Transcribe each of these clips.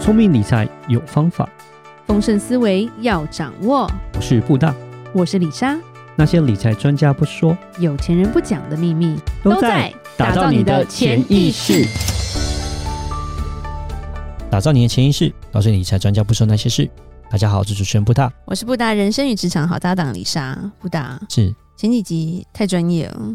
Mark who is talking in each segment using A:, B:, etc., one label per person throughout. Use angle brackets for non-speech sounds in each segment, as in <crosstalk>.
A: 聪明理财有方法，
B: 丰盛思维要掌握。
A: 我是布大。
B: 我是李莎，
A: 那些理财专家不说，
B: 有钱人不讲的秘密
A: 打造你的潜意识。，打造你的潜意识，告诉你理财专家不说那些事。大家好，我是主持人布大，
B: 我是布达人生与职场好搭档李莎。布达
A: 是
B: 前几集太专业
A: <laughs>
B: 了，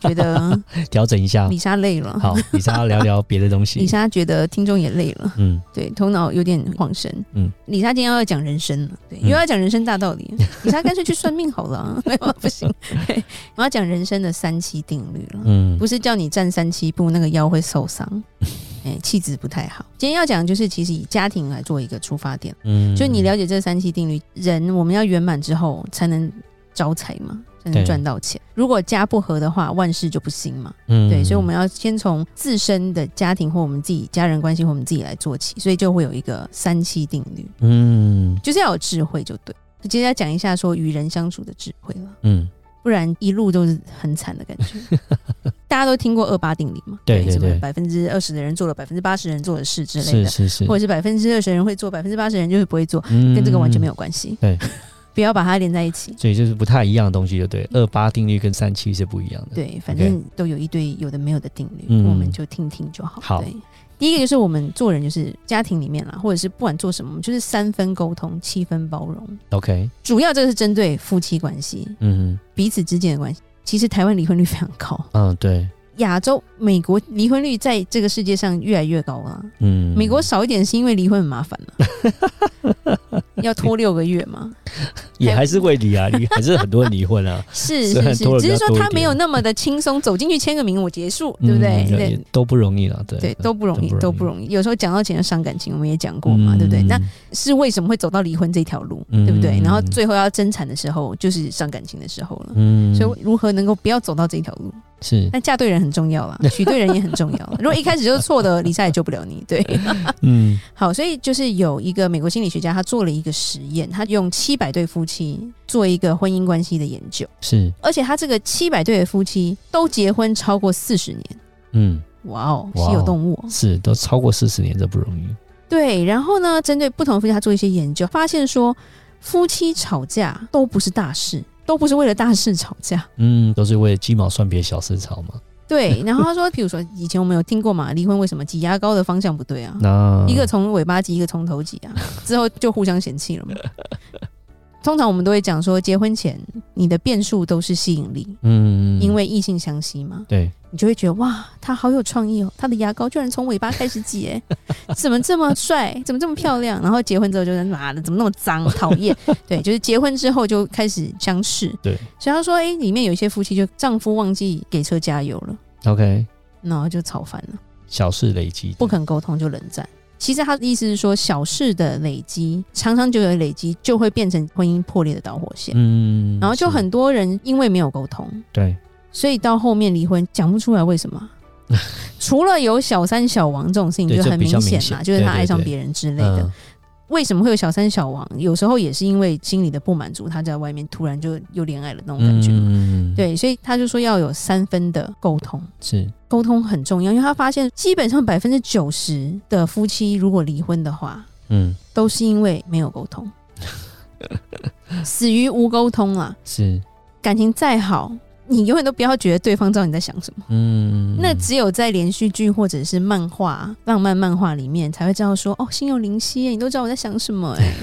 B: 觉得
A: 调整一下
B: 李。莎累了。
A: 好，李莎聊聊别的东西。 <laughs>
B: 李，莎觉得听众也累了，
A: 嗯，
B: 对，头脑有点晃神。
A: 嗯
B: 嗯，李莎今天要讲人生了，对，
A: 嗯
B: 又要讲人生大道理。李莎干脆去算命好了、 <laughs> 啊，没有不行。对我要讲人生的三七定律了。
A: 嗯，
B: 不是叫你站三七步，那个腰会受伤，
A: <laughs>
B: 哎、气质不太好。今天要讲的就是，其实以家庭来做一个出发点，
A: 嗯
B: 就你了解这三七定律，人我们要圆满之后才能招财嘛，才能
A: 对
B: 赚到钱。如果家不和的话，万事就不兴嘛。
A: 嗯
B: 对，所以我们要先从自身的家庭或我们自己家人关系或我们自己来做起，所以就会有一个三七定律，
A: 嗯
B: 就是要有智慧就对。接下来讲一下说与人相处的智慧了。
A: 嗯
B: 不然一路都是很惨的感
A: <laughs>
B: 觉。大家都听过二八定理嘛？
A: 对对
B: 什
A: 对
B: 么百分之二十的人做了百分之八十人做的事之类
A: 是
B: 的，
A: 是是
B: 或，者是百分之二十人会做，百分之八十人就是不会做，
A: 跟
B: 跟这个完全没
A: 有。
B: 有关系。
A: 对，
B: <laughs> 不要把它连在一起。
A: 嗯所以就是不太一样的东西，就对。二八定律跟三七是不一样的。
B: 对，反正都有一堆有的没有的定律，
A: 嗯
B: 我们就听听就好。
A: 好
B: 对，第一个就是我们做人，就是家庭里面啦，或者是不管做什么，我们就是三分沟通，七分包容。
A: OK，
B: 主要这个是针对夫妻关系，
A: 嗯
B: 彼此之间的关系。其实台湾离婚率非常高，
A: 嗯，对，
B: 亚洲、美国离婚率在这个世界上越来越高了。
A: 嗯，
B: 美国少一点是因为离婚很麻烦了、
A: <laughs>
B: 要拖六个月嘛？
A: 也还是会离啊， <laughs> 离还是很多人离婚啊，
B: 是
A: 虽
B: 是
A: 然
B: 是
A: 拖了，比
B: 只
A: 较
B: 是说
A: 多一
B: 他
A: 点
B: 没有那么的轻松，走进去签个名我结
A: <laughs>
B: 束， <laughs> 对不对？
A: 嗯也
B: 对
A: 都不容易了，对
B: 对，都不容易，都不容易。有时候讲到钱要伤感情，我们也讲过
A: 嗯
B: 嘛，对不对？那是为什么会走到离婚这条路，
A: 嗯
B: 对不对？然后最后要争产的时候，就是伤感情的时候了。
A: 嗯
B: 所以如何能够不要走到这条路？
A: 是
B: 但嫁对人很重要
A: <laughs>
B: 啦，娶对人也很重要。如果一开始就是错的，李莎也救不了你。对，
A: 嗯
B: 好，所以就是有一个美国心理学家，他做了一个实验，他用七百对夫妻做一个婚姻关系的研究，
A: 是
B: 而且他这个七百对的夫妻都结婚超过四十年，
A: 嗯
B: 哇哦，
A: 哇哦
B: 稀有动物哦、
A: 是都超过四十年，这不容易。
B: 对，然后呢，针对不同的夫妻，他做一些研究，发现说夫妻吵架都不是大事，都不是为了大事吵架。
A: 嗯，都是为了鸡毛蒜皮的小事吵
B: 嗯
A: 嘛。
B: 对，然后他说，譬如说以前我们有听过嘛，离婚为什么挤牙膏的方向不对啊？
A: 那
B: 一个从尾巴挤，一个从头挤
A: <laughs>
B: 啊，之后就互相嫌弃了嘛。通常我们都会讲说，结婚前你的变数都是吸引力，
A: 嗯，
B: 因为异性相吸嘛，
A: 对
B: 你就会觉得哇，他好有创意哦，他的牙膏居然从尾巴开始挤、欸， <laughs> 怎么这么帅，怎么这么漂亮？然后结婚之后就是妈的，怎么那么脏，讨
A: <laughs>
B: 厌。对，就是结婚之后就开始相斥。
A: 对，
B: 所以他说，哎、里面有一些夫妻就丈夫忘记给车加油了，
A: ，OK，
B: 然后就吵翻了。
A: 小事累积
B: 不肯沟通就冷战。其实他的意思是说，小事的累积，长长久久的累积，就会变成婚姻破裂的导火线。
A: 嗯，
B: 然后就是很多人因为没有沟通，
A: 对，
B: 所以到后面离婚讲不出来为什
A: <laughs>
B: 么。除了有小三小王这种事情，
A: 对
B: 就
A: 这
B: 很
A: 比较
B: 明显
A: 明
B: 啦，
A: 显
B: 就是他
A: 对对
B: 爱上
A: 对
B: 别人之类的。
A: 嗯
B: 为什么会有小三小王？有时候也是因为心里的不满足，他在外面突然就又恋爱了那种感觉。
A: 嗯，
B: 对，所以他就说要有三分的沟通。
A: 是
B: 沟通很重要，因为他发现基本上百分之九十的夫妻如果离婚的话，
A: 嗯
B: 都是因为没有沟通，死于无沟通啦。
A: 是
B: 感情再好，你永远都不要觉得对方知道你在想什么。
A: 嗯，
B: 那只有在连续剧或者是漫画、浪漫漫画里面才会知道说，哦，心有灵犀耶，你都知道我在想什么哎、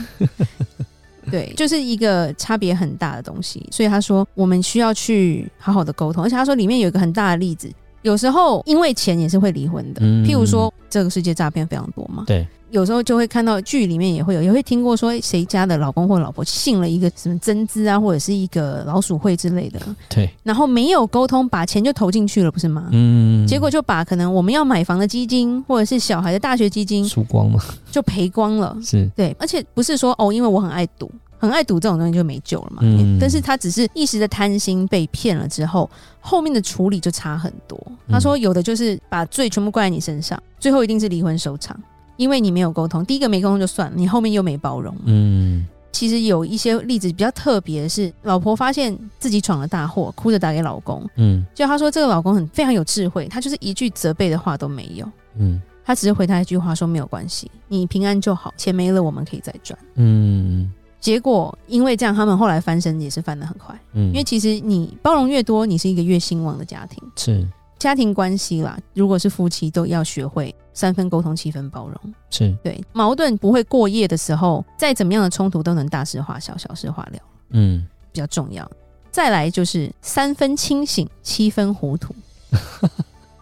B: <laughs> 对，就是一个差别很大的东西，所以他说我们需要去好好的沟通，而且他说里面有一个很大的例子，有时候因为钱也是会离婚的，
A: 嗯
B: 譬如说这个世界诈骗非常多嘛，
A: 对，
B: 有时候就会看到剧里面也会有，也会听过说谁家的老公或老婆信了一个什么针织啊，或者是一个老鼠会之类的，
A: 对，
B: 然后没有沟通，把钱就投进去了，不是吗？
A: 嗯，
B: 结果就把可能我们要买房的基金，或者是小孩的大学基金，
A: 输光嘛，
B: 就赔光了。
A: 是
B: 对，而且不是说哦，因为我很爱赌，很爱赌这种东西就没救了嘛。
A: 嗯
B: 但是他只是一时的贪心被骗了之后，后面的处理就差很多。
A: 嗯
B: 他说有的就是把罪全部怪在你身上，最后一定是离婚收场，因为你没有沟通。第一个没沟通就算了，你后面又没包容。
A: 嗯
B: 其实有一些例子比较特别的是，老婆发现自己闯了大祸，哭着打给老公，
A: 嗯
B: 就她说这个老公很非常有智慧，他就是一句责备的话都没有。
A: 嗯
B: 他只是回他一句话说没有关系，你平安就好，钱没了我们可以再赚。
A: 嗯
B: 结果因为这样，他们后来翻身也是翻得很快。
A: 嗯，
B: 因为其实你包容越多，你是一个越兴旺的家庭。
A: 是
B: 家庭关系啦，如果是夫妻，都要学会三分沟通，七分包容。
A: 是，
B: 对，矛盾不会过夜的时候，再怎么样的冲突都能大事化小，小事化了，
A: 嗯，
B: 比较重要。再来就是三分清醒，七分糊涂。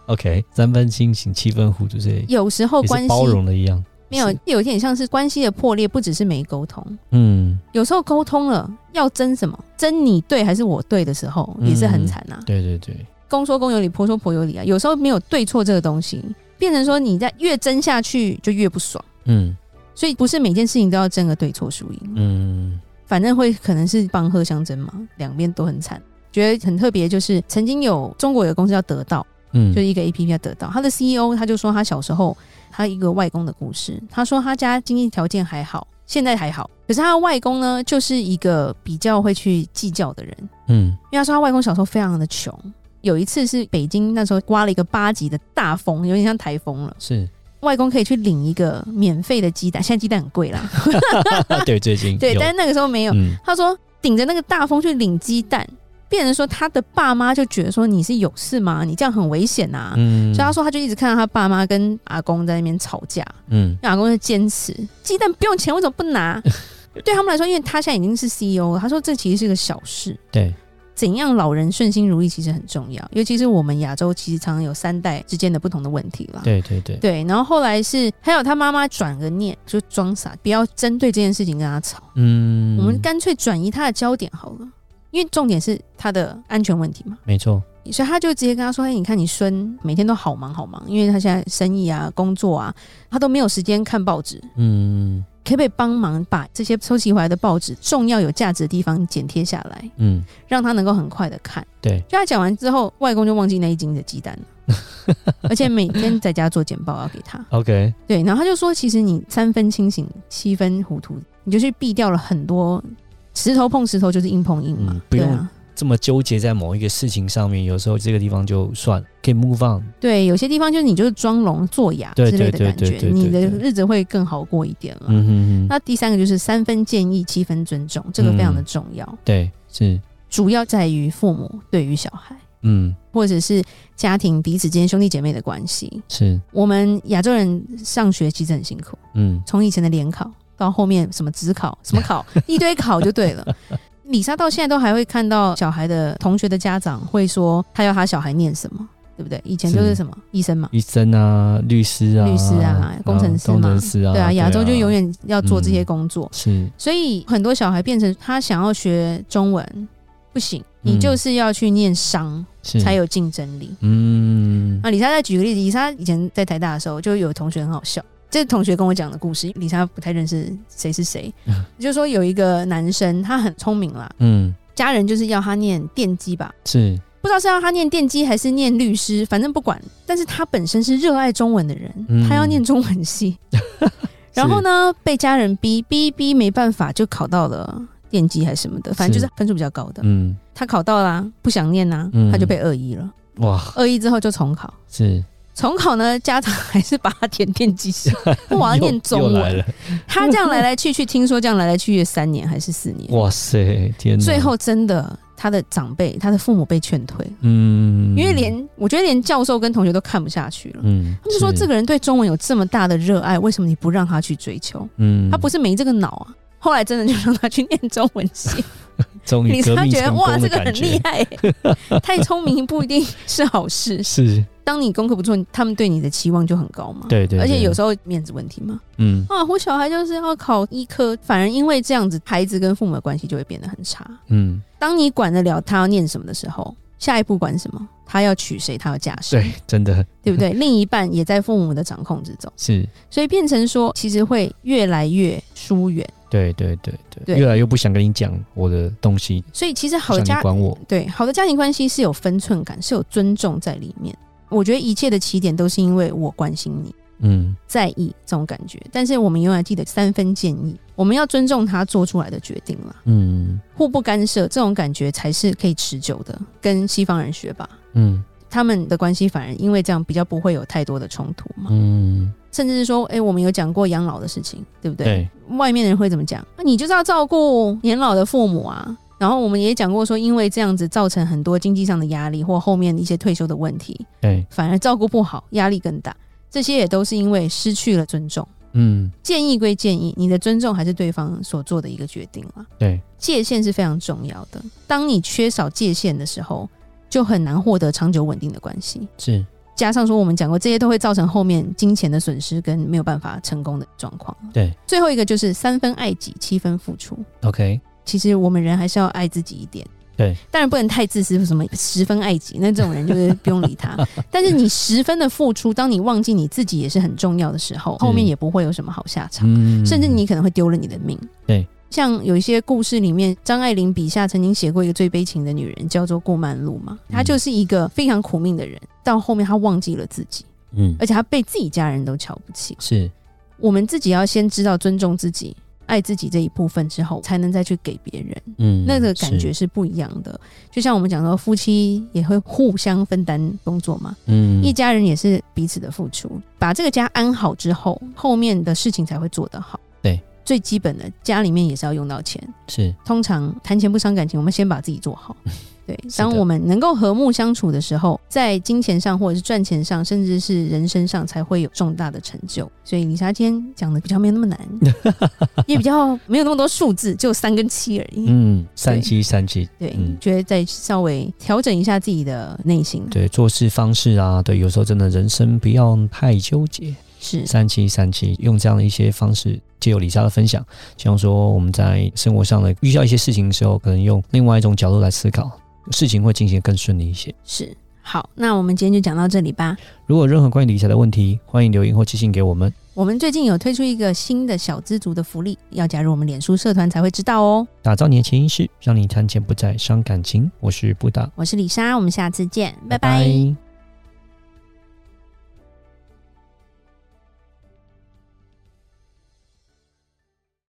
A: OK，三分清醒，七分糊涂，这也
B: 有时候关
A: 是
B: 系
A: 包容的一样。
B: 没有
A: 是，
B: 有一点像是关系的破裂，不只是没沟通，
A: 嗯，
B: 有时候沟通了要争什么，争你对还是我对的时候，也是很惨呐、啊
A: 对对对，
B: 公说公有理，婆说婆有理啊。有时候没有对错这个东西，变成说你在越争下去就越不爽，
A: 嗯
B: 所以不是每件事情都要争个对错输赢，
A: 嗯
B: 反正会可能是帮和相争嘛，两边都很惨。觉得很特别，就是曾经有中国有个公司叫得到，
A: 嗯，
B: 就是一个 A P P 叫得到，他的 C E O 他就说他小时候他一个外公的故事，他说他家经济条件还好，现在还好，可是他的外公呢就是一个比较会去计较的人，
A: 嗯
B: 因为他说他外公小时候非常的穷，有一次是北京那时候刮了一个八级的大风，有点像台风了，
A: 是，
B: 外公可以去领一个免费的鸡蛋，现在鸡蛋很贵啦，
A: 啊对最近
B: <laughs> 对，
A: 有
B: 但是那个时候没有，
A: 嗯
B: 他说顶着那个大风去领鸡蛋，变成说他的爸妈就觉得说你是有事吗？你这样很危险啊呐、
A: 嗯，
B: 所以他说，他就一直看到他爸妈跟阿公在那边吵架，
A: 嗯
B: 那阿公就坚持鸡蛋不用钱，为什么不拿？
A: <laughs>
B: 对他们来说，因为他现在已经是 E CEO，了他说这其实是个小事。
A: 对
B: 怎样老人顺心如意其实很重要，尤其是我们亚洲其实常常有三代之间的不同的问题啦。
A: 对对对，
B: 对，然后后来是还有他妈妈转个念，就装傻，不要针对这件事情跟他吵，
A: 嗯，
B: 我们干脆转移他的焦点好了，因为重点是他的安全问题嘛。
A: 没错，
B: 所以他就直接跟他说：“哎、你看你孙每天都好忙好忙，因为他现在生意啊、工作啊，他都没有时间看报纸，
A: 嗯
B: 可不可以帮忙把这些收集回来的报纸重要有价值的地方剪贴下来，
A: 嗯，
B: 让他能够很快的看？”
A: 对，
B: 就他讲完之后，外公就忘记那一斤的鸡蛋了，
A: <laughs>
B: 而且每天在家做简报要给他。
A: OK，
B: 对，然后他就说：“其实你三分清醒，七分糊涂，你就去避掉了很多石头碰石头就是硬碰硬嘛，
A: 嗯不
B: 对
A: 用
B: 啊。”
A: 这么纠结在某一个事情上面，有时候这个地方就算了，可以 move on。
B: 对，有些地方就是你就是装聋作哑
A: 对
B: 之类
A: 对
B: 的
A: 对
B: 感觉
A: 对对，对
B: 你的
A: 对
B: 日子会更好过一点了。
A: 嗯哼哼，
B: 啊那第三个就是三分建议，七分尊重，这个非常的
A: 嗯
B: 重要，
A: 对是，
B: 主要在于父母对于小孩，
A: 嗯
B: 或者是家庭彼此之间兄弟姐妹的关系。
A: 是，
B: 我们亚洲人上学其实很辛苦，
A: 嗯
B: 从以前的联考到后面什么职考、什么
A: <laughs>
B: 考，一堆考就对了。李莎到现在都还会看到小孩的同学的家长会说，他要他小孩念什么，对不对？以前就是
A: 是
B: 什么医生嘛，
A: 医生啊，律师啊，
B: 律师啊工程师嘛
A: 工程师啊，
B: 对啊，亚洲就永远要做这些
A: 嗯
B: 工作，
A: 是，
B: 所以很多小孩变成他想要学中文不行，你
A: 嗯
B: 就是要去念商
A: 是
B: 才，有竞争力。
A: 嗯
B: 那李莎再举个例子，李莎以前在台大的时候，就有同学很好笑。这同学跟我讲的故事，李莎不太认识谁
A: <laughs>
B: 是谁，就说有一个男生，他很聪明啦，
A: 嗯
B: 家人就是要他念电机吧，
A: 是，
B: 不知道是要他念电机还是念律师，反正不管。但是他本身是热爱中文的人，
A: 嗯
B: 他要念中文系。然后呢，被家人逼逼逼，没办法就考到了电机还是什么的，反正就是分数比较高的。
A: 嗯
B: 他考到啦、不想念啦、
A: 嗯
B: 他就被恶意了。
A: 哇
B: 恶意之后就重考，
A: 是，
B: 重考呢，家长还是把他填电
A: <laughs>
B: 机系，我要念中
A: 又又来
B: 文。
A: 了，
B: 他这样来来去去，听说这样来来去去三年还是四年，
A: 哇塞，天哪，
B: 最后真的他的长辈、他的父母被劝退。
A: 嗯，
B: 因为连我觉得连教授跟同学都看不下去了。
A: 嗯，
B: 他们就说
A: 是
B: 这个人对中文有这么大的热爱，为什么你不让他去追求？
A: 嗯，
B: 他不
A: 是
B: 是没这个脑啊。后来真的就让他去念中文
A: <laughs>
B: 系，
A: 终于
B: 你
A: 革
B: 他
A: 命
B: 觉得
A: 成
B: 哇，
A: 功的
B: 这个
A: 感
B: 很
A: 觉
B: 厉害欸、
A: <laughs>
B: 太聪明不一定是好事。
A: 是，
B: 当你功课不错，他们对你的期望就很高嘛。
A: 对对，
B: 而且
A: 对
B: 有时候面子问题嘛，
A: 嗯
B: 啊，我小孩就是要考医科，反而因为这样子，孩子跟父母的关系就会变得很差。
A: 嗯，
B: 当你管得了他要念什么的时候，下一步管什么，他要娶谁，他要嫁谁，
A: 对，真的
B: 对
A: <laughs>
B: 不对？另一半也在父母的掌控之中，
A: 是。
B: 所以变成说，其实会越来越疏远。
A: 对对对对，
B: 对
A: 越来越不想跟你讲我的东西，
B: 所以其实好
A: 不
B: 的
A: 想
B: 家
A: 你管我。
B: 对好的家庭关系是有分寸感，是有尊重在里面。我觉得一切的起点都是因为我关心你，
A: 嗯，
B: 在意这种感觉。但是我们永远记得三分建议，我们要尊重他做出来的决定啦，
A: 嗯
B: 互不干涉这种感觉才是可以持久的。跟西方人学吧，
A: 嗯，
B: 他们的关系反而因为这样比较不会有太多的冲突嘛。
A: 嗯，
B: 甚至是说，哎、我们有讲过养老的事情，对不对？
A: 对，
B: 外面人会怎么讲？那你就是要照顾年老的父母啊。然后我们也讲过说，因为这样子造成很多经济上的压力，或后面一些退休的问题，
A: 对，
B: 反而照顾不好，压力更大。这些也都是因为失去了尊重。
A: 嗯，
B: 建议归建议，你的尊重还是对方所做的一个决定啦。
A: 对，
B: 界限是非常重要的。当你缺少界限的时候，就很难获得长久稳定的关系。
A: 是，
B: 加上说，我们讲过，这些都会造成后面金钱的损失跟没有办法成功的状况。
A: 对
B: 最后一个就是三分爱己，七分付出。
A: ，OK，
B: 其实我们人还是要爱自己一点。
A: 对，
B: 当然不能太自私，什么十分爱己，那这种人就是不用理
A: <laughs>
B: 他。但是你十分的付出，当你忘记你自己也是很重要的时候，后面也不会有什么好下场。
A: 嗯
B: 甚至你可能会丢了你的命。
A: 对，
B: 像有一些故事里面，张爱玲笔下曾经写过一个最悲情的女人，叫做顾曼璐嘛，
A: 嗯
B: 她就是一个非常苦命的人，到后面她忘记了自己，
A: 嗯
B: 而且她被自己家人都瞧不起。
A: 是，
B: 我们自己要先知道尊重自己。爱自己这一部分之后，才能再去给别人，
A: 嗯，
B: 那个感觉
A: 是，
B: 是不一样的。就像我们讲到，夫妻也会互相分担工作嘛，
A: 嗯，
B: 一家人也是彼此的付出，把这个家安好之后，后面的事情才会做得好。
A: 对，
B: 最基本的家里面也是要用到钱。
A: 是，
B: 通常谈钱不伤感情，我们先把自己做好。 <laughs> 对，
A: 嗯是的
B: 当我们能够和睦相处的时候，在金钱上或者是赚钱上，甚至是人生上，才会有重大的成就。所以李莎今天讲的比较没有
A: <laughs>
B: 那么难，也比较没有那么多数字，只有三跟七而已。
A: 嗯，三七三七，
B: 对，
A: 嗯
B: 觉得再稍微调整一下自己的内心。
A: 对，做事方式啊，对，有时候真的人生不要太纠结。
B: 是，
A: 三七三七，用这样的一些方式，借由李莎的分享，希望说我们在生活上的遇到一些事情的时候，可能用另外一种角度来思考，事情会进行得更顺利一些。
B: 是。好，那我们今天就讲到这里吧。
A: 如果有任何关于理财的问题，欢迎留言或寄信给我们。
B: 我们最近有推出一个新的小资族的福利，要加入我们脸书社团才会知道哦。
A: 打造你的潜意识，让你谈钱不再伤感情。我是布达，
B: 我是李莎，我们下次见，拜拜